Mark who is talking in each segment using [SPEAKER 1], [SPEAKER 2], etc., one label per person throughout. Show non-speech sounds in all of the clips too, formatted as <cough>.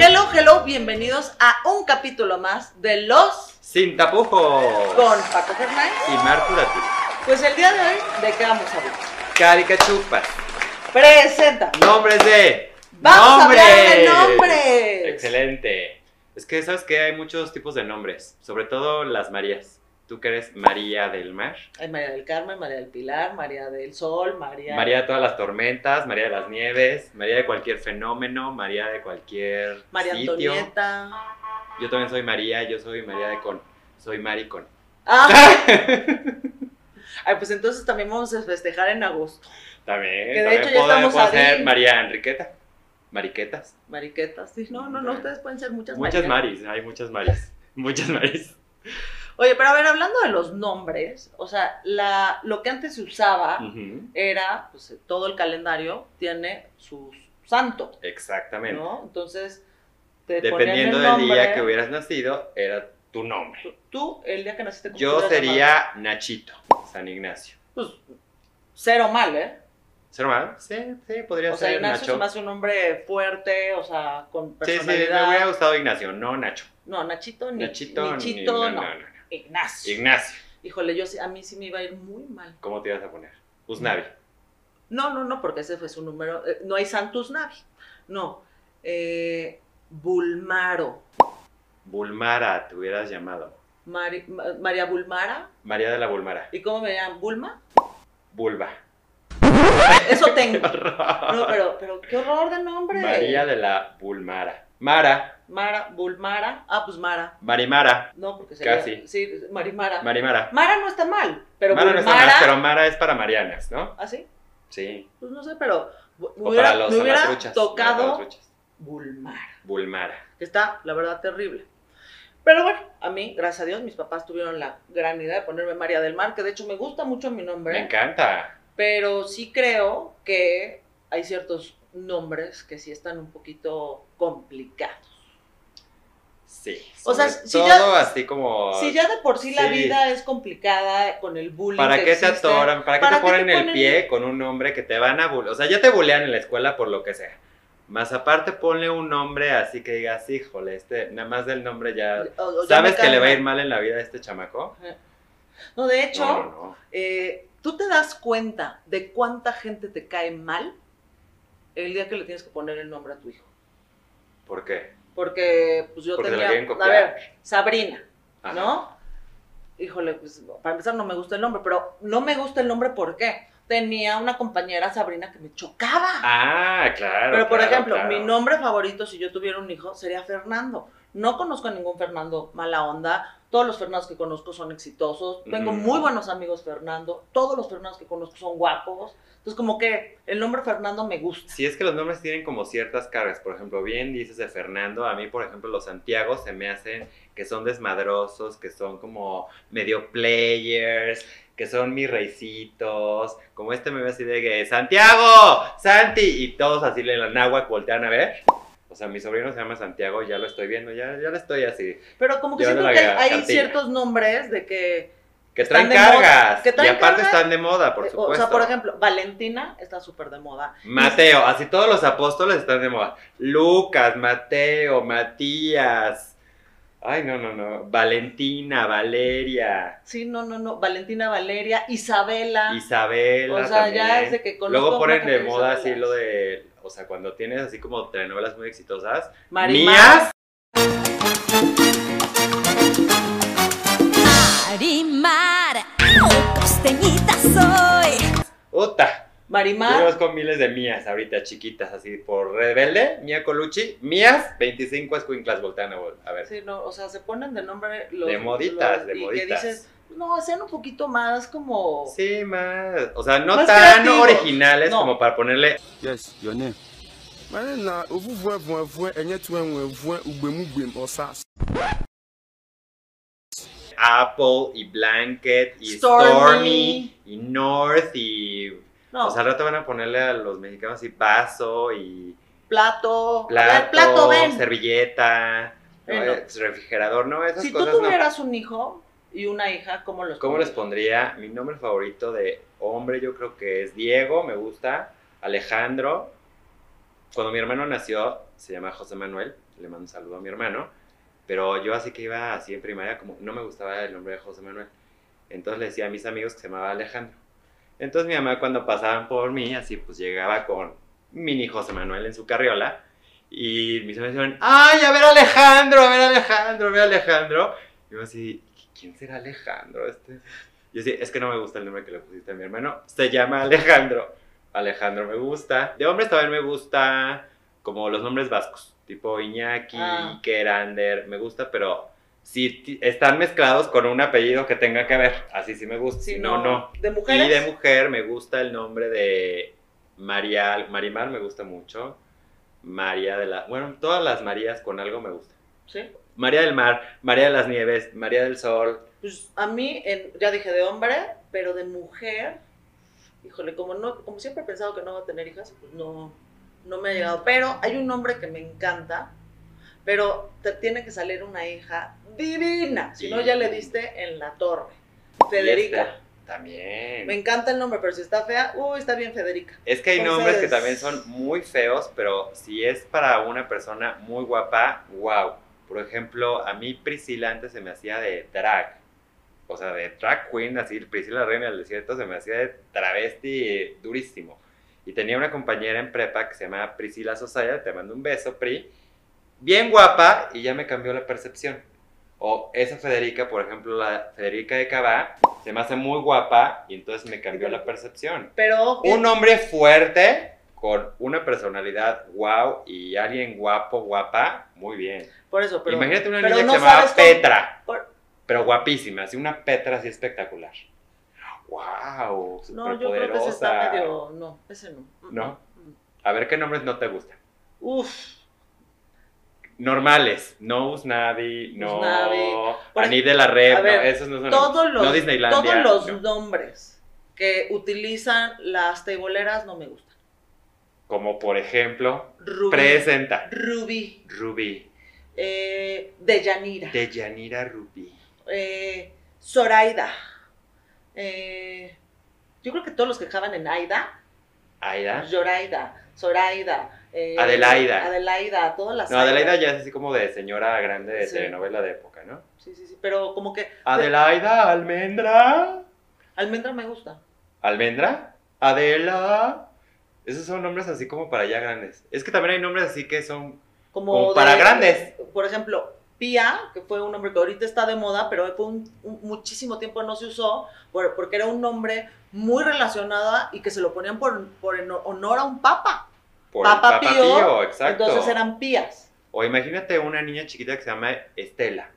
[SPEAKER 1] Hello, hello, bienvenidos a un capítulo más de Los
[SPEAKER 2] Sin tapujos.
[SPEAKER 1] con Paco Fernández.
[SPEAKER 2] Y Marco Dati.
[SPEAKER 1] Pues el día de hoy, ¿de qué vamos a hablar?
[SPEAKER 2] Caricachupas.
[SPEAKER 1] Presenta.
[SPEAKER 2] Nombres de.
[SPEAKER 1] Vamos
[SPEAKER 2] ¡Nombres!
[SPEAKER 1] a hablar de nombres.
[SPEAKER 2] Excelente. Es que sabes que hay muchos tipos de nombres, sobre todo las Marías. Tú que eres María del Mar,
[SPEAKER 1] Ay, María del Carmen, María del Pilar, María del Sol, María.
[SPEAKER 2] María de todas las tormentas, María de las nieves, María de cualquier fenómeno, María de cualquier
[SPEAKER 1] María
[SPEAKER 2] sitio.
[SPEAKER 1] Antonieta.
[SPEAKER 2] Yo también soy María, yo soy María de Con. Soy Maricón.
[SPEAKER 1] Ah.
[SPEAKER 2] <laughs>
[SPEAKER 1] Ay, pues entonces también vamos a festejar en agosto.
[SPEAKER 2] También,
[SPEAKER 1] Que de
[SPEAKER 2] también
[SPEAKER 1] hecho ya
[SPEAKER 2] puedo-
[SPEAKER 1] estamos
[SPEAKER 2] puedo
[SPEAKER 1] ahí.
[SPEAKER 2] ser María Enriqueta. Mariquetas.
[SPEAKER 1] Mariquetas, sí. No, no, no, ustedes pueden ser muchas
[SPEAKER 2] Muchas
[SPEAKER 1] Marías.
[SPEAKER 2] Maris, hay muchas Maris. <laughs> Muchas Maris.
[SPEAKER 1] Oye, pero a ver, hablando de los nombres, o sea, la, lo que antes se usaba
[SPEAKER 2] Ujú,
[SPEAKER 1] era, pues todo el calendario tiene su santo,
[SPEAKER 2] Exactamente.
[SPEAKER 1] ¿no? Entonces, te
[SPEAKER 2] Dependiendo
[SPEAKER 1] ponían el
[SPEAKER 2] del
[SPEAKER 1] nombre,
[SPEAKER 2] día que hubieras nacido, era tu nombre.
[SPEAKER 1] tú- Tú, el día que naciste, ¿cómo
[SPEAKER 2] Yo
[SPEAKER 1] te hubieras llamado?
[SPEAKER 2] sería Nachito, San Ignacio.
[SPEAKER 1] Pues, cero mal, ¿eh?
[SPEAKER 2] ¿Ser humano? Sí, sí, podría
[SPEAKER 1] O sea,
[SPEAKER 2] ser
[SPEAKER 1] Ignacio se me
[SPEAKER 2] Nacho.
[SPEAKER 1] hace un hombre fuerte, o sea, con
[SPEAKER 2] Sí, sí, me hubiera
[SPEAKER 1] personalidad.
[SPEAKER 2] gustado Ignacio, no Nacho.
[SPEAKER 1] no, Nachito ni,
[SPEAKER 2] Nachito,
[SPEAKER 1] ni
[SPEAKER 2] ni-
[SPEAKER 1] Chito,
[SPEAKER 2] no,
[SPEAKER 1] no.
[SPEAKER 2] no, no, no.
[SPEAKER 1] Ignacio.
[SPEAKER 2] Ignacio,
[SPEAKER 1] Híjole, yo sí- a mí sí me iba a ir muy mal.
[SPEAKER 2] ¿cómo te ibas a poner? Usnavi.
[SPEAKER 1] No, no, no, porque ese fue su número. eh, no hay Santos Navi. No. Eh, Bulmaro.
[SPEAKER 2] Bulmara, te hubieras llamado.
[SPEAKER 1] Mari- Ma- María Bulmara.
[SPEAKER 2] María de la Bulmara.
[SPEAKER 1] ¿Y cómo me llaman? ¿Bulma?
[SPEAKER 2] Bulba.
[SPEAKER 1] <laughs> Eso tengo. No,
[SPEAKER 2] No,
[SPEAKER 1] pero, pero qué horror de nombre.
[SPEAKER 2] María de la Bulmara. Mara,
[SPEAKER 1] Mara, Bulmara. Ah, pues Mara.
[SPEAKER 2] Marimara,
[SPEAKER 1] No, porque sería.
[SPEAKER 2] Casi.
[SPEAKER 1] Sí, Marimara.
[SPEAKER 2] Marimara.
[SPEAKER 1] Mara no está mal, pero
[SPEAKER 2] Mara no
[SPEAKER 1] Bulmara.
[SPEAKER 2] está mal, pero Mara es para Marianas, ¿no?
[SPEAKER 1] ¿Ah, sí?
[SPEAKER 2] Sí.
[SPEAKER 1] Pues no sé, pero. bu-
[SPEAKER 2] O
[SPEAKER 1] Me hubiera,
[SPEAKER 2] para los
[SPEAKER 1] me hubiera
[SPEAKER 2] alatruchas, los
[SPEAKER 1] tocado
[SPEAKER 2] alatruchas.
[SPEAKER 1] Bulmara.
[SPEAKER 2] Bulmara.
[SPEAKER 1] que está, la verdad, terrible. Pero bueno, a mí, gracias a Dios, mis papás tuvieron la gran idea de ponerme María del Mar, que de hecho me gusta mucho mi
[SPEAKER 2] Me
[SPEAKER 1] nombre,
[SPEAKER 2] encanta.
[SPEAKER 1] pero sí creo que hay ciertos nombres que sí están un poquito complicados.
[SPEAKER 2] Sí.
[SPEAKER 1] O sea,
[SPEAKER 2] sobre
[SPEAKER 1] si
[SPEAKER 2] todo
[SPEAKER 1] ya-
[SPEAKER 2] así como.
[SPEAKER 1] Si ya de por sí, la
[SPEAKER 2] Ah, sí.
[SPEAKER 1] vida es complicada con el bullying.
[SPEAKER 2] ¿Para
[SPEAKER 1] que
[SPEAKER 2] qué te
[SPEAKER 1] existe,
[SPEAKER 2] atoran? ¿Para qué
[SPEAKER 1] ¿para
[SPEAKER 2] te
[SPEAKER 1] qué te
[SPEAKER 2] ponen el
[SPEAKER 1] ponen-
[SPEAKER 2] pie con un nombre que te van a bulear? O sea, ya te bulean en la escuela por lo que sea. Más aparte, ponle un nombre así que digas, híjole, este, nada más del nombre ya.
[SPEAKER 1] o- o ya
[SPEAKER 2] ¿Sabes
[SPEAKER 1] me
[SPEAKER 2] que le va a ir
[SPEAKER 1] calma.
[SPEAKER 2] mal en la vida a este chamaco?
[SPEAKER 1] No, de hecho,
[SPEAKER 2] No, no, no.
[SPEAKER 1] eh, tú te das cuenta de cuánta gente te cae mal el día que le tienes que poner el nombre a tu hijo.
[SPEAKER 2] ¿Por qué?
[SPEAKER 1] Porque pues yo
[SPEAKER 2] Porque te la
[SPEAKER 1] tenía,
[SPEAKER 2] quieren
[SPEAKER 1] a
[SPEAKER 2] copiar.
[SPEAKER 1] ver, Sabrina,
[SPEAKER 2] Ajá.
[SPEAKER 1] ¿no? Híjole, pues para empezar no me gusta el nombre, pero no me gusta el nombre ¿por qué? Tenía una compañera Sabrina que me chocaba.
[SPEAKER 2] Ah, claro.
[SPEAKER 1] pero por
[SPEAKER 2] claro,
[SPEAKER 1] ejemplo,
[SPEAKER 2] claro.
[SPEAKER 1] mi nombre favorito si yo tuviera un hijo sería Fernando. No conozco a ningún Fernando mala onda. Todos los Fernandos que conozco son exitosos. Tengo
[SPEAKER 2] Ujú.
[SPEAKER 1] muy buenos amigos Fernando. Todos los Fernandos que conozco son guapos. Entonces como que el nombre Fernando me gusta.
[SPEAKER 2] Si es que los nombres tienen como ciertas cargas, por ejemplo, bien dices de Fernando, a mí por ejemplo los Santiago se me hacen que son desmadrosos, que son como medio players, que son mis reycitos, como este me ve así de que Santiago, Santi, y todos así le la náhuatl voltean a ver. O sea, mi sobrino se llama Santiago, ya lo estoy viendo, ya, ya lo estoy así.
[SPEAKER 1] Pero como que
[SPEAKER 2] Yo
[SPEAKER 1] siento
[SPEAKER 2] no la
[SPEAKER 1] que hay, hay
[SPEAKER 2] cartilla.
[SPEAKER 1] ciertos nombres de que
[SPEAKER 2] Que
[SPEAKER 1] Están
[SPEAKER 2] traen
[SPEAKER 1] de moda,
[SPEAKER 2] cargas.
[SPEAKER 1] que traen
[SPEAKER 2] y aparte
[SPEAKER 1] cargas.
[SPEAKER 2] están de moda, por
[SPEAKER 1] Eh,
[SPEAKER 2] supuesto.
[SPEAKER 1] O sea, por ejemplo, Valentina está súper de moda.
[SPEAKER 2] Mateo, así todos los apóstoles están de moda. Lucas, Mateo, Matías. Ay, no, no, no. Valentina, Valeria,
[SPEAKER 1] Sí, no, no, no. Valentina Valeria, Isabela.
[SPEAKER 2] Isabela.
[SPEAKER 1] Ah, o sea, ya
[SPEAKER 2] también.
[SPEAKER 1] es de que conozco
[SPEAKER 2] Luego ponen
[SPEAKER 1] una
[SPEAKER 2] de
[SPEAKER 1] cantidad
[SPEAKER 2] moda así
[SPEAKER 1] Isabelas.
[SPEAKER 2] lo de. O sea, cuando tienes así como telenovelas muy exitosas.
[SPEAKER 1] Marimar.
[SPEAKER 2] Mías.
[SPEAKER 3] Marimar, costeñita soy.
[SPEAKER 2] Uta. Yo
[SPEAKER 1] Marimar.
[SPEAKER 2] conozco miles de mías ahorita, chiquitas, así por Rebelde, Mía Colucci, mías, 25 escuinclas voltean a vol- a ver.
[SPEAKER 1] Sí, no, o sea, se ponen de nombre los.
[SPEAKER 2] de moditas,
[SPEAKER 1] los-
[SPEAKER 2] de
[SPEAKER 1] y
[SPEAKER 2] moditas.
[SPEAKER 1] que dices, pues, no, sean un poquito más como.
[SPEAKER 2] Sí, más. O sea, no
[SPEAKER 1] Más
[SPEAKER 2] tan
[SPEAKER 1] creativos.
[SPEAKER 2] originales
[SPEAKER 1] No.
[SPEAKER 2] como para ponerle
[SPEAKER 4] Yes, your name. My name na Ovufue Vuefue Enye Tuenwe Vue Ugbemugwem Osas.
[SPEAKER 2] Apple y Blanket y
[SPEAKER 1] Stormy.
[SPEAKER 2] Stormy, y North y...
[SPEAKER 1] No,
[SPEAKER 2] O sea, al rato van a ponerle a los mexicanos así vaso y
[SPEAKER 1] plato. a
[SPEAKER 2] plato,
[SPEAKER 1] ver, plato, ven.
[SPEAKER 2] servilleta, ¿no?
[SPEAKER 1] Ven, no.
[SPEAKER 2] Eh, refrigerador, no, esas
[SPEAKER 1] Si tú
[SPEAKER 2] cosas no.
[SPEAKER 1] tuvieras un hijo y una hija, ¿cómo los
[SPEAKER 2] ¿Cómo les
[SPEAKER 1] pondrías?
[SPEAKER 2] pondría? Mi nombre favorito de hombre yo creo que es Diego, me gusta, Alejandro, cuando mi hermano nació, se llama José Manuel, le mando un saludo a mi hermano, pero yo así que iba así en primaria, como no me gustaba el nombre de José Manuel. Entonces le decía a mis amigos que se llamaba Alejandro. Entonces mi mamá cuando pasaban por mí, así pues llegaba con mini José Manuel en su carriola y mis amigos decían, ay, a ver Alejandro, a ver Alejandro, a ver Alejandro. Y yo así, ¿quién será Alejandro? Este? Yo sí, es que no me gusta el nombre que le pusiste a mi hermano. Se llama Alejandro. Alejandro me gusta. De hombres también me gusta como los nombres vascos, tipo Iñaki,
[SPEAKER 1] Ah.
[SPEAKER 2] Kerander, me gusta, pero si ti- están mezclados con un apellido que tenga que ver, así sí me gusta, si no, no.
[SPEAKER 1] ¿De mujeres?
[SPEAKER 2] Y de mujer me gusta el nombre de María, Marimar me gusta mucho. María de la, bueno, todas las Marías con algo me gusta.
[SPEAKER 1] Sí.
[SPEAKER 2] María del Mar, María de las Nieves, María del Sol,
[SPEAKER 1] Pues a mí, en- ya dije de hombre, pero de mujer, híjole, como no, como siempre he pensado que no va a tener hijas, pues no, no me ha llegado. Pero hay un nombre que me encanta, pero te tiene que salir una hija divina. Si no, ya le diste en la torre. Federica.
[SPEAKER 2] Esther, También.
[SPEAKER 1] Me encanta el nombre, pero si está fea, uy, está bien Federica.
[SPEAKER 2] Es que hay
[SPEAKER 1] Entonces-
[SPEAKER 2] nombres que también son muy feos, pero si es para una persona muy guapa, wow. Por ejemplo, a mí Priscila antes se me hacía de drag. O sea, de drag queen, así, Priscila Reina del Desierto se me hacía de travesti durísimo. Y tenía una compañera en prepa que se llamaba Priscila Sosaya, te mando un beso, Pri. Bien guapa y ya me cambió la percepción. O esa Federica, por ejemplo, la Federica de Cabá, se me hace muy guapa y entonces me cambió la percepción
[SPEAKER 1] Pero ojo,
[SPEAKER 2] un hombre fuerte con una personalidad wow y alguien guapo, guapa, muy bien.
[SPEAKER 1] por eso, pero.
[SPEAKER 2] Imagínate una
[SPEAKER 1] pero
[SPEAKER 2] niña que
[SPEAKER 1] no
[SPEAKER 2] se llamaba
[SPEAKER 1] sabes cómo-
[SPEAKER 2] Petra,
[SPEAKER 1] por-
[SPEAKER 2] pero guapísima, así una Petra así espectacular. Wow,
[SPEAKER 1] No, yo creo que ese
[SPEAKER 2] superpoderosa.
[SPEAKER 1] está medio. No, ese no. Mm,
[SPEAKER 2] ¿No? A ver qué nombres no te gustan.
[SPEAKER 1] Uf.
[SPEAKER 2] Normales, no Usnavi, no
[SPEAKER 1] Usnavi. Por
[SPEAKER 2] Ani de la Red,
[SPEAKER 1] a
[SPEAKER 2] no,
[SPEAKER 1] ver,
[SPEAKER 2] esos no son
[SPEAKER 1] todos los,
[SPEAKER 2] no Disneylandia,
[SPEAKER 1] todos los
[SPEAKER 2] no.
[SPEAKER 1] nombres que utilizan las teiboleras no me gustan.
[SPEAKER 2] como por ejemplo,
[SPEAKER 1] Rubí.
[SPEAKER 2] presenta
[SPEAKER 1] Rubí.
[SPEAKER 2] Rubí,
[SPEAKER 1] eh, Deyanira.
[SPEAKER 2] Deyanira Rubí.
[SPEAKER 1] eh, Zoraida. eh, yo creo que todos los que acaban en Aida.
[SPEAKER 2] Aida.
[SPEAKER 1] Yoraida. Zoraida. eh,
[SPEAKER 2] Adelaida.
[SPEAKER 1] Adelaida. Todas las.
[SPEAKER 2] No, Adelaida
[SPEAKER 1] Aidas.
[SPEAKER 2] ya es así como de señora grande de
[SPEAKER 1] Sí.
[SPEAKER 2] telenovela de época, ¿no?
[SPEAKER 1] Sí, sí, sí. Pero como que.
[SPEAKER 2] Adelaida, Almendra.
[SPEAKER 1] Almendra me gusta.
[SPEAKER 2] ¿Almendra? Adela. Esos son nombres así como para ya grandes. Es que también hay nombres así que son.
[SPEAKER 1] Como,
[SPEAKER 2] Como para grandes.
[SPEAKER 1] Por ejemplo, Pía, que fue un nombre que ahorita está de moda, pero fue un, un- muchísimo tiempo no se usó por- porque era un nombre muy relacionado y que se lo ponían por, por en honor a un papa.
[SPEAKER 2] Por el
[SPEAKER 1] Papa
[SPEAKER 2] Papa
[SPEAKER 1] Pío,
[SPEAKER 2] Pío, exacto.
[SPEAKER 1] Entonces eran pías.
[SPEAKER 2] O imagínate una niña chiquita que se llama Estela.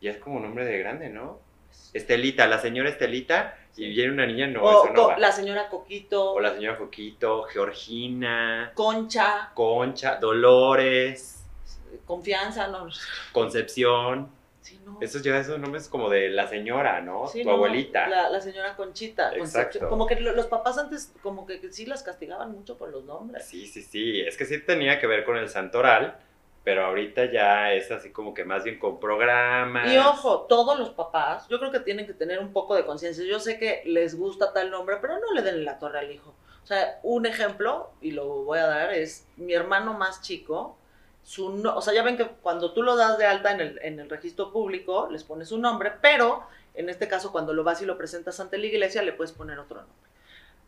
[SPEAKER 2] Ya es como nombre de grande, ¿no? Estelita, la señora Estelita. Y viene una niña, no,
[SPEAKER 1] o
[SPEAKER 2] eso no
[SPEAKER 1] co-
[SPEAKER 2] va.
[SPEAKER 1] la señora Coquito,
[SPEAKER 2] O la señora Coquito, Georgina,
[SPEAKER 1] Concha,
[SPEAKER 2] Concha, Dolores.
[SPEAKER 1] Confianza, no. no sé.
[SPEAKER 2] Concepción.
[SPEAKER 1] Sí, no.
[SPEAKER 2] Esos ya esos nombres como de la señora, ¿no?
[SPEAKER 1] Sí,
[SPEAKER 2] tu
[SPEAKER 1] no,
[SPEAKER 2] abuelita.
[SPEAKER 1] La, la señora Conchita. Concepción.
[SPEAKER 2] Exacto.
[SPEAKER 1] Como que lo- los papás antes, como que, que sí las castigaban mucho por los nombres.
[SPEAKER 2] Sí, sí, sí. Es que sí tenía que ver con el santoral, pero ahorita ya es así como que más bien con programas.
[SPEAKER 1] Y ojo, todos los papás, yo creo que tienen que tener un poco de conciencia. Yo sé que les gusta tal nombre, pero no le den en la torre al hijo. O sea, un ejemplo, y lo voy a dar, es mi hermano más chico. Su no- o sea, ya ven que cuando tú lo das de alta en el, en el registro público, les pones un nombre, pero en este caso, cuando lo vas y lo presentas ante la iglesia, le puedes poner otro nombre.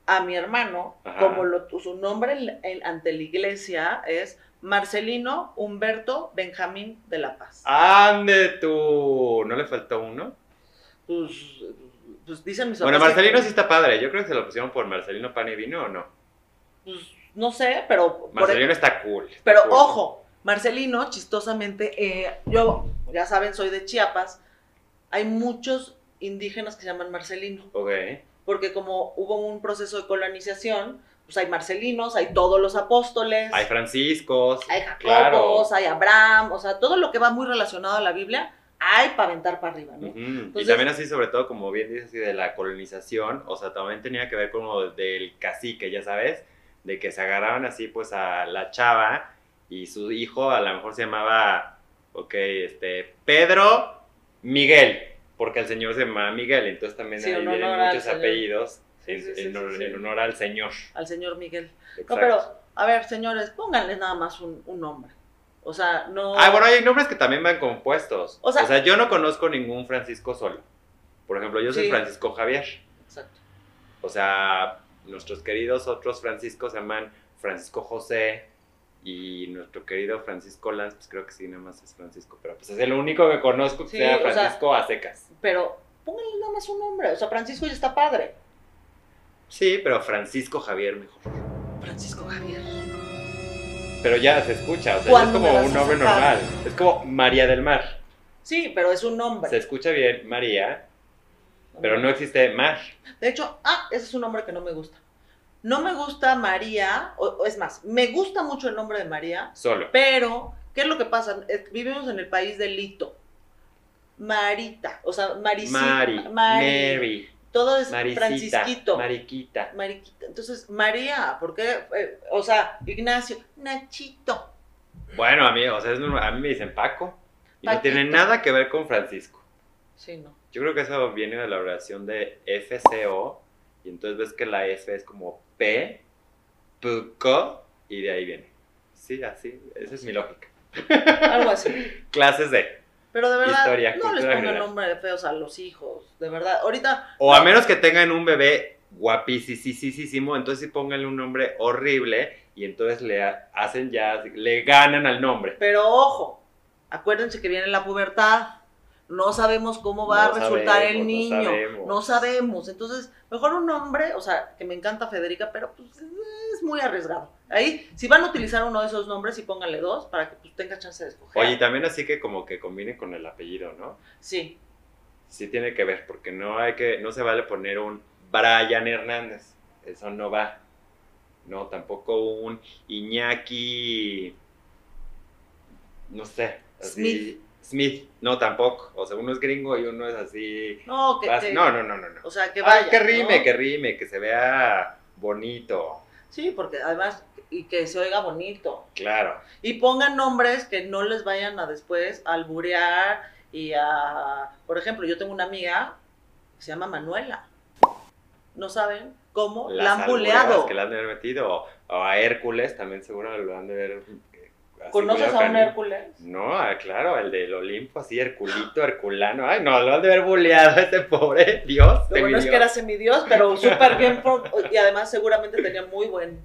[SPEAKER 1] A mi hermano,
[SPEAKER 2] Ajá.
[SPEAKER 1] como lo- su nombre en- en- ante la iglesia es Marcelino Humberto Benjamín de la Paz.
[SPEAKER 2] ¡Ande tú! ¿No le faltó uno?
[SPEAKER 1] pues, pues dicen mis
[SPEAKER 2] Bueno,
[SPEAKER 1] papás
[SPEAKER 2] Marcelino
[SPEAKER 1] que-
[SPEAKER 2] sí está padre. Yo creo que se lo pusieron por Marcelino Pan y Vino o no.
[SPEAKER 1] pues, no sé, pero. por-
[SPEAKER 2] Marcelino está cool. está
[SPEAKER 1] pero
[SPEAKER 2] cool.
[SPEAKER 1] ojo, Marcelino, chistosamente, eh, yo, ya saben, soy de Chiapas. Hay muchos indígenas que se llaman Marcelino.
[SPEAKER 2] Ok.
[SPEAKER 1] Porque como hubo un proceso de colonización, pues hay marcelinos, hay todos los apóstoles.
[SPEAKER 2] Hay Franciscos.
[SPEAKER 1] hay Jacobos,
[SPEAKER 2] claro.
[SPEAKER 1] hay Abraham, o sea, todo lo que va muy relacionado a la Biblia, hay para aventar para arriba, ¿no?
[SPEAKER 2] Ujú. y
[SPEAKER 1] Entonces-
[SPEAKER 2] también así, sobre todo, como bien dices, así de la colonización, o sea, también tenía que ver como del cacique, ya sabes, de que se agarraban así pues a la chava y su hijo a lo mejor se llamaba, ok, este, Pedro Miguel, porque el señor se llamaba Miguel, entonces también
[SPEAKER 1] Sí,
[SPEAKER 2] ahí
[SPEAKER 1] en
[SPEAKER 2] vienen
[SPEAKER 1] honor al
[SPEAKER 2] muchos
[SPEAKER 1] señor.
[SPEAKER 2] apellidos
[SPEAKER 1] Sí,
[SPEAKER 2] en,
[SPEAKER 1] sí, sí,
[SPEAKER 2] en-
[SPEAKER 1] sí, sí.
[SPEAKER 2] en honor al señor.
[SPEAKER 1] Al señor Miguel.
[SPEAKER 2] Exacto.
[SPEAKER 1] No, pero A ver, señores, pónganle nada más un, un nombre. O sea, no.
[SPEAKER 2] Ah, bueno, hay nombres que también van compuestos.
[SPEAKER 1] O
[SPEAKER 2] O
[SPEAKER 1] sea-
[SPEAKER 2] sea, yo no conozco ningún Francisco solo. Por ejemplo, yo soy
[SPEAKER 1] Sí.
[SPEAKER 2] Francisco Javier.
[SPEAKER 1] Exacto.
[SPEAKER 2] O sea, nuestros queridos otros Francisco se llaman Francisco José y nuestro querido Francisco Lanz, pues creo que sí, nada más es Francisco, pero pues es el único que conozco que
[SPEAKER 1] Sí,
[SPEAKER 2] sea
[SPEAKER 1] o sea-
[SPEAKER 2] Francisco a secas.
[SPEAKER 1] Pero pónganle nada más un nombre. O sea, Francisco ya está padre.
[SPEAKER 2] Sí, pero Francisco Javier mejor.
[SPEAKER 1] Francisco Javier.
[SPEAKER 2] Pero ya se escucha, o sea, ya es
[SPEAKER 1] ¿Cuándo me
[SPEAKER 2] como
[SPEAKER 1] vas
[SPEAKER 2] un
[SPEAKER 1] a
[SPEAKER 2] nombre
[SPEAKER 1] sacar?
[SPEAKER 2] normal. Es como María del Mar.
[SPEAKER 1] Sí, pero es un nombre.
[SPEAKER 2] Se escucha bien María, pero no existe mar.
[SPEAKER 1] De hecho, ah, ese es un nombre que no me gusta. No me gusta María, o, o es más, me gusta mucho el nombre de María,
[SPEAKER 2] Solo.
[SPEAKER 1] pero ¿qué es lo que pasa? Es- Vivimos en el país del hito. Marita, o sea, Maricita,
[SPEAKER 2] Mari, Mary,
[SPEAKER 1] todo es
[SPEAKER 2] Maricita,
[SPEAKER 1] Francisquito.
[SPEAKER 2] Mariquita.
[SPEAKER 1] Mariquita. Entonces, María, ¿por qué? Eh, o sea, Ignacio, Nachito.
[SPEAKER 2] Bueno, amigos, es normal. a mí me dicen Paco y no
[SPEAKER 1] Paquito.
[SPEAKER 2] tiene nada que ver con Francisco.
[SPEAKER 1] Sí, no.
[SPEAKER 2] Yo creo que eso viene de la oración de FCO y entonces ves que la F es como P, Puco y de ahí viene. Sí, así, esa es mi lógica.
[SPEAKER 1] Algo así.
[SPEAKER 2] Clases de.
[SPEAKER 1] Pero de verdad,
[SPEAKER 2] Historia,
[SPEAKER 1] no les
[SPEAKER 2] cultura
[SPEAKER 1] pongan
[SPEAKER 2] general.
[SPEAKER 1] nombres feos a los hijos, de verdad. Ahorita,
[SPEAKER 2] O a menos que tengan un bebé guapísimo, entonces sí pónganle un nombre horrible y entonces le ha- hacen ya, le ganan al nombre.
[SPEAKER 1] pero ojo, acuérdense que viene la pubertad. No sabemos cómo va
[SPEAKER 2] No
[SPEAKER 1] a resultar
[SPEAKER 2] sabemos,
[SPEAKER 1] el
[SPEAKER 2] no
[SPEAKER 1] niño.
[SPEAKER 2] sabemos.
[SPEAKER 1] No sabemos. Entonces, mejor un nombre, o sea, que me encanta Federica, pero pues es muy arriesgado. Ahí, si van a utilizar uno de esos nombres, sí pónganle dos para que pues, tenga chance de escoger.
[SPEAKER 2] Oye, y también así que como que combine con el apellido, ¿no?
[SPEAKER 1] Sí,
[SPEAKER 2] Sí tiene que ver, porque no hay que, no se vale poner un Brian Hernández. Eso no va. No, tampoco un Iñaki. No sé. así- Smith. No, tampoco. O sea, uno es gringo y uno es así.
[SPEAKER 1] no, que,
[SPEAKER 2] vas-
[SPEAKER 1] que-
[SPEAKER 2] No, no, no, no, no.
[SPEAKER 1] O sea, que
[SPEAKER 2] Ay,
[SPEAKER 1] vaya.
[SPEAKER 2] que rime,
[SPEAKER 1] ¿no?
[SPEAKER 2] que rime, que se vea bonito.
[SPEAKER 1] Sí, porque además, y que se oiga bonito.
[SPEAKER 2] Claro.
[SPEAKER 1] Y pongan nombres que no les vayan a después alburear y a... Por ejemplo, yo tengo una amiga que se llama Manuela. ¿No saben cómo?
[SPEAKER 2] Las
[SPEAKER 1] la han
[SPEAKER 2] albureadas
[SPEAKER 1] buleado.
[SPEAKER 2] Que le han de haber metido. O, o a Hércules también seguro lo han de haber. eh, así
[SPEAKER 1] ¿Conoces
[SPEAKER 2] buleado
[SPEAKER 1] a un
[SPEAKER 2] canijo.
[SPEAKER 1] Hércules?
[SPEAKER 2] No, ah, claro, el del Olimpo, así, Herculito, Herculano. Ay, no, lo han de haber buleado a ese pobre Dios.
[SPEAKER 1] Lo bueno es
[SPEAKER 2] semidios.
[SPEAKER 1] que era semidios, pero súper bien. pro- Y además seguramente tenía muy buen...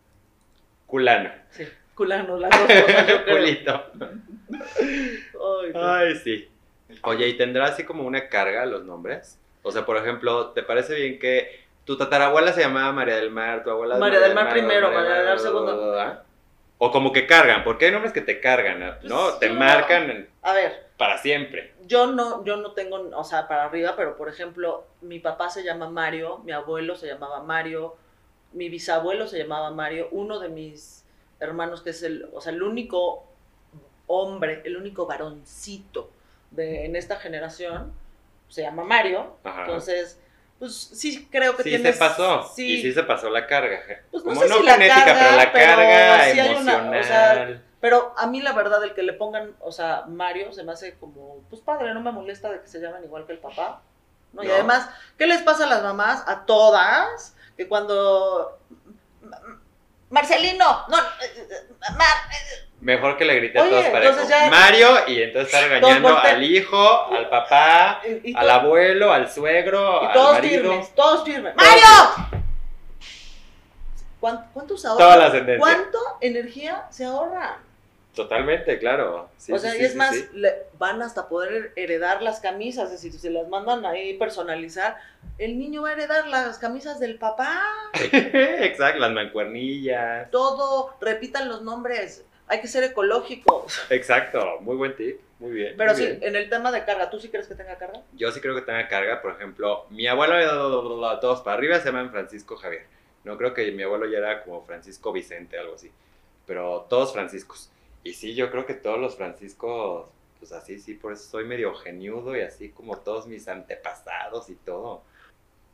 [SPEAKER 1] <laughs>
[SPEAKER 2] Culano.
[SPEAKER 1] Sí, culano, las dos cosas, yo creo. <laughs>
[SPEAKER 2] Culito.
[SPEAKER 1] Ay, no.
[SPEAKER 2] Ay, sí. Oye, ¿y tendrá así como una carga los nombres? O sea, por ejemplo, ¿te parece bien que tu tatarabuela se llamaba María del Mar, tu abuela...
[SPEAKER 1] María del Mar primero, María del Mar segundo.
[SPEAKER 2] segundo. ah, O como que cargan, porque hay nombres que te cargan, ah, ¿no?
[SPEAKER 1] Pues,
[SPEAKER 2] te
[SPEAKER 1] sí.
[SPEAKER 2] marcan en-
[SPEAKER 1] A ver,
[SPEAKER 2] para siempre.
[SPEAKER 1] yo no, yo no tengo, o sea, para arriba, pero por ejemplo, mi papá se llama Mario, mi abuelo se llamaba Mario, mi bisabuelo se llamaba Mario, uno de mis hermanos que es el, o sea, el único hombre, el único varoncito de, en esta generación, se llama Mario,
[SPEAKER 2] Ajá.
[SPEAKER 1] entonces, pues sí creo que
[SPEAKER 2] sí
[SPEAKER 1] tienes...
[SPEAKER 2] se pasó.
[SPEAKER 1] Sí,
[SPEAKER 2] Y sí se pasó la carga.
[SPEAKER 1] Pues no
[SPEAKER 2] como
[SPEAKER 1] sé
[SPEAKER 2] no
[SPEAKER 1] si la
[SPEAKER 2] genética,
[SPEAKER 1] carga,
[SPEAKER 2] pero la
[SPEAKER 1] pero
[SPEAKER 2] carga
[SPEAKER 1] sí hay una-
[SPEAKER 2] emocional.
[SPEAKER 1] o sea, pero a mí la verdad, el que le pongan, o sea, Mario, se me hace como, pues padre, no me molesta de que se llamen igual que el papá. ¿no? Y
[SPEAKER 2] No.
[SPEAKER 1] además, ¿qué les pasa a las mamás, a todas, que cuando... Marcelino, no, eh, eh, Mar-
[SPEAKER 2] Mejor que le grite a
[SPEAKER 1] Oye,
[SPEAKER 2] todos parejos.
[SPEAKER 1] entonces ya-
[SPEAKER 2] Mario, y entonces está regañando
[SPEAKER 1] voltean.
[SPEAKER 2] al hijo, al papá,
[SPEAKER 1] eh, y, to-
[SPEAKER 2] al abuelo, al suegro,
[SPEAKER 1] y
[SPEAKER 2] al
[SPEAKER 1] todos
[SPEAKER 2] marido.
[SPEAKER 1] firmes, todos firmes.
[SPEAKER 2] Todos
[SPEAKER 1] ¡Mario! ¿Cuán- ¿Cuántos ahorran?
[SPEAKER 2] Toda la ascendencia.
[SPEAKER 1] ¿Cuánto energía se ahorra?
[SPEAKER 2] Totalmente, claro. Sí,
[SPEAKER 1] o
[SPEAKER 2] sí,
[SPEAKER 1] sea,
[SPEAKER 2] sí,
[SPEAKER 1] y es
[SPEAKER 2] sí,
[SPEAKER 1] más,
[SPEAKER 2] sí. <laughs>
[SPEAKER 1] le- van hasta poder heredar las camisas, es decir, se las mandan ahí personalizar, el niño va a heredar las camisas del papá,
[SPEAKER 2] Exacto, las mancuernillas.
[SPEAKER 1] todo, repitan los nombres, hay que ser ecológicos.
[SPEAKER 2] Exacto, muy buen tip. Muy bien.
[SPEAKER 1] Pero
[SPEAKER 2] muy
[SPEAKER 1] sí,
[SPEAKER 2] bien.
[SPEAKER 1] en el tema de carga, ¿tú sí crees que tenga carga?
[SPEAKER 2] Yo sí creo que tenga carga. Por ejemplo, mi abuelo, bla, bla, bla, bla, bla, todos para arriba se llaman Francisco Javier. No creo que mi abuelo ya era como Francisco Vicente, algo así. Pero todos franciscos. Y sí, yo creo que todos los franciscos, pues así, sí, por eso soy medio geniudo y así como todos mis antepasados y todo.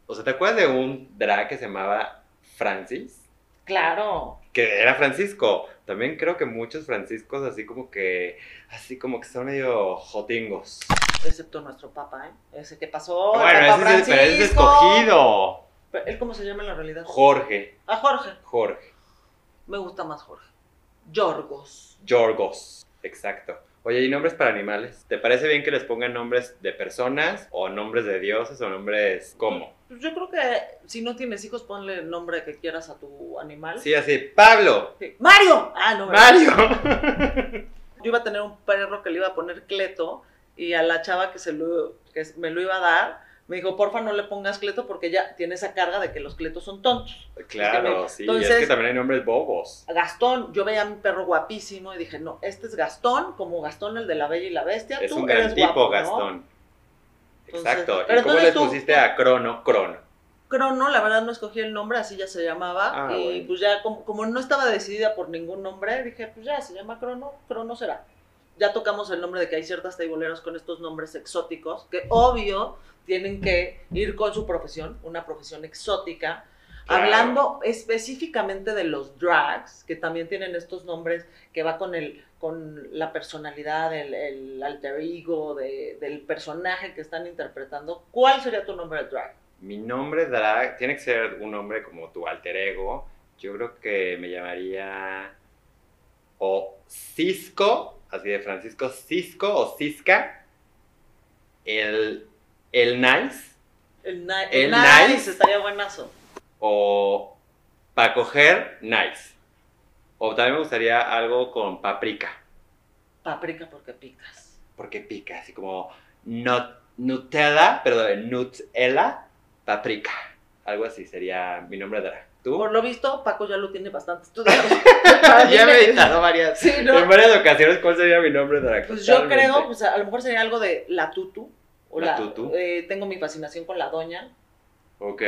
[SPEAKER 2] O sea, ¿te acuerdas de un drag que se llamaba Francis?
[SPEAKER 1] Claro.
[SPEAKER 2] que era Francisco. También creo que muchos franciscos así como que, así como que son medio jotingos.
[SPEAKER 1] Excepto nuestro papá, ¿eh? Ese que pasó, el
[SPEAKER 2] bueno,
[SPEAKER 1] papá
[SPEAKER 2] ese es, pero ese es
[SPEAKER 1] Francisco.
[SPEAKER 2] escogido.
[SPEAKER 1] Pero, ¿Él cómo se llama en la realidad?
[SPEAKER 2] Jorge,
[SPEAKER 1] A Jorge.
[SPEAKER 2] Jorge.
[SPEAKER 1] Me gusta más Jorge. Yorgos.
[SPEAKER 2] Yorgos. Exacto. Oye, ¿y nombres para animales? ¿Te parece bien que les pongan nombres de personas o nombres de dioses o nombres como?
[SPEAKER 1] Pues yo creo que si no tienes hijos, ponle el nombre que quieras a tu animal.
[SPEAKER 2] Sí, así, Pablo,
[SPEAKER 1] Sí. ¡Mario! Ah, no, ¿verdad?
[SPEAKER 2] Mario.
[SPEAKER 1] Yo iba a tener un perro que le iba a poner Cleto y a la chava que, se lo, que me lo iba a dar, me dijo, porfa, no le pongas Cleto porque ya tiene esa carga de que los Cletos son tontos.
[SPEAKER 2] <laughs> claro,
[SPEAKER 1] Dígame,
[SPEAKER 2] sí, es que
[SPEAKER 1] entonces-
[SPEAKER 2] también hay nombres bobos.
[SPEAKER 1] Gastón, yo veía a mi perro guapísimo y dije, no, este es Gastón, como Gastón el de la Bella y la Bestia.
[SPEAKER 2] Es
[SPEAKER 1] Ah, tú
[SPEAKER 2] un gran
[SPEAKER 1] eres
[SPEAKER 2] tipo,
[SPEAKER 1] guapo, ¿no?".
[SPEAKER 2] Gastón.
[SPEAKER 1] Entonces-
[SPEAKER 2] Exacto.
[SPEAKER 1] pero
[SPEAKER 2] ¿Y cómo
[SPEAKER 1] entonces
[SPEAKER 2] les
[SPEAKER 1] tú-
[SPEAKER 2] pusiste a Crono? Crono.
[SPEAKER 1] Crono, la verdad no escogí el nombre, así ya se llamaba.
[SPEAKER 2] Ah,
[SPEAKER 1] y
[SPEAKER 2] bueno.
[SPEAKER 1] pues ya, como, como no estaba decidida por ningún nombre, dije, pues ya se llama Crono, Crono será. Ya tocamos el nombre de que hay ciertas teiboleras con estos nombres exóticos, que obvio tienen que ir con su profesión, una profesión exótica.
[SPEAKER 2] Claro.
[SPEAKER 1] Hablando específicamente de los drags, que también tienen estos nombres que va con el con la personalidad, el, el alter ego de- del personaje que están interpretando, ¿cuál sería tu nombre de drag?
[SPEAKER 2] Mi nombre drag tiene que ser un nombre como tu alter ego. Yo creo que me llamaría o Cisco, así de Francisco Cisco o Cisca. El, el Nice
[SPEAKER 1] El, ni- el
[SPEAKER 2] El
[SPEAKER 1] nice,
[SPEAKER 2] nice.
[SPEAKER 1] estaría buenazo.
[SPEAKER 2] o para coger Nice. O también me gustaría algo con paprika,
[SPEAKER 1] Paprika porque picas.
[SPEAKER 2] porque pica, así como nut- Nutella, perdón, Nutella, paprika. Algo así sería mi nombre drag. ¿Tú?
[SPEAKER 1] Por lo visto, Paco ya lo tiene bastante estudiado.
[SPEAKER 2] <laughs> ya me he editado varias.
[SPEAKER 1] Sí, ¿no?
[SPEAKER 2] En varias ocasiones, ¿cuál sería mi nombre drag?
[SPEAKER 1] Pues yo
[SPEAKER 2] Totalmente.
[SPEAKER 1] creo, pues a lo mejor sería algo de la tutu. O
[SPEAKER 2] La
[SPEAKER 1] la,
[SPEAKER 2] tutu.
[SPEAKER 1] eh, tengo mi fascinación con la doña.
[SPEAKER 2] Ok,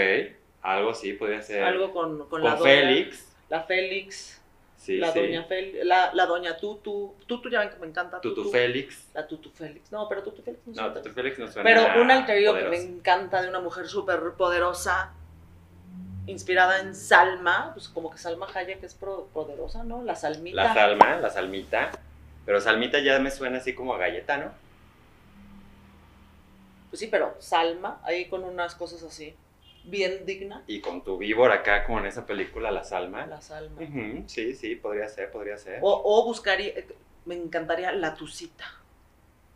[SPEAKER 2] algo sí, podría ser.
[SPEAKER 1] Algo con, con,
[SPEAKER 2] con,
[SPEAKER 1] la doña.
[SPEAKER 2] Félix.
[SPEAKER 1] La Félix.
[SPEAKER 2] Sí,
[SPEAKER 1] la
[SPEAKER 2] sí.
[SPEAKER 1] doña Félix. La, la doña tutu. Tutu ya ven que me encanta.
[SPEAKER 2] Tutu Félix.
[SPEAKER 1] La tutu Félix. No, pero tutu Félix no,
[SPEAKER 2] No,
[SPEAKER 1] suena
[SPEAKER 2] Tutu
[SPEAKER 1] tan-
[SPEAKER 2] Félix no suena.
[SPEAKER 1] Pero un alter ego que
[SPEAKER 2] poderoso.
[SPEAKER 1] me encanta de una mujer súper poderosa, inspirada en Salma, pues como que Salma Hayek es pro- poderosa, ¿no? La Salmita.
[SPEAKER 2] La Salma, la Salmita. Pero Salmita ya me suena así como a galleta, ¿no?
[SPEAKER 1] Pues sí, pero Salma, ahí con unas cosas así, bien digna.
[SPEAKER 2] Y con tu víbora acá, como en esa película, la Salma.
[SPEAKER 1] La Salma. Oh.
[SPEAKER 2] Ujú, sí, sí, podría ser, podría ser.
[SPEAKER 1] O, o buscaría, eh, me encantaría la Tucita.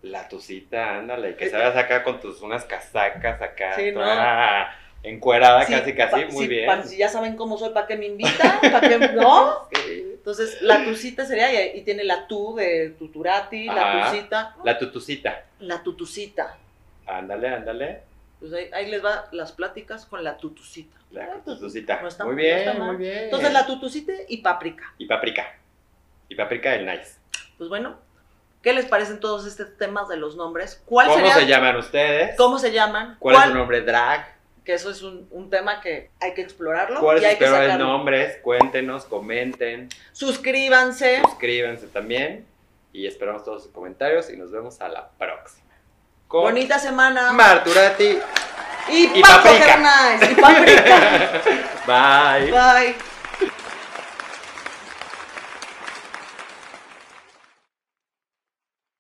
[SPEAKER 2] La tucita, ándale, que salgas acá con tus unas casacas acá,
[SPEAKER 1] Sí, ¿no?
[SPEAKER 2] toda encuerada
[SPEAKER 1] Sí,
[SPEAKER 2] Ah, casi casi,
[SPEAKER 1] pa-
[SPEAKER 2] muy
[SPEAKER 1] sí,
[SPEAKER 2] bien.
[SPEAKER 1] pa- si ya saben cómo soy, ¿para qué me invitan? ¿Para
[SPEAKER 2] <laughs>
[SPEAKER 1] qué no?
[SPEAKER 2] Sí.
[SPEAKER 1] Entonces, la Tucita sería, y, y tiene la Tu de Tuturati, la
[SPEAKER 2] Ajá.
[SPEAKER 1] Tucita,
[SPEAKER 2] La tutucita,
[SPEAKER 1] la Tutucita.
[SPEAKER 2] ándale, ándale,
[SPEAKER 1] Pues ahí, ahí les va las pláticas con la tutucita.
[SPEAKER 2] la
[SPEAKER 1] Ah, pues,
[SPEAKER 2] tutucita.
[SPEAKER 1] no está
[SPEAKER 2] muy
[SPEAKER 1] mal, no está
[SPEAKER 2] bien,
[SPEAKER 1] mal.
[SPEAKER 2] muy bien.
[SPEAKER 1] Entonces la tutucita y paprika.
[SPEAKER 2] Y paprika, y paprika del nice.
[SPEAKER 1] Pues bueno, ¿qué les parecen todos estos temas de los nombres? ¿Cuál
[SPEAKER 2] ¿Cómo
[SPEAKER 1] sería-
[SPEAKER 2] se llaman ustedes?
[SPEAKER 1] ¿Cómo se llaman?
[SPEAKER 2] ¿Cuál, es su nombre drag?
[SPEAKER 1] Que eso es un, un tema que hay que explorarlo
[SPEAKER 2] ¿Cuáles
[SPEAKER 1] y hay
[SPEAKER 2] sus
[SPEAKER 1] que
[SPEAKER 2] peores
[SPEAKER 1] sacarlo.
[SPEAKER 2] nombres? Cuéntenos, comenten,
[SPEAKER 1] Suscríbanse.
[SPEAKER 2] suscríbanse también y esperamos todos sus comentarios y nos vemos a la próxima. Con
[SPEAKER 1] Bonita semana.
[SPEAKER 2] Marturati.
[SPEAKER 1] y
[SPEAKER 2] y
[SPEAKER 1] Paco
[SPEAKER 2] paprika. <laughs>
[SPEAKER 1] Hernández. Y paprika.
[SPEAKER 2] Bye.
[SPEAKER 1] Bye.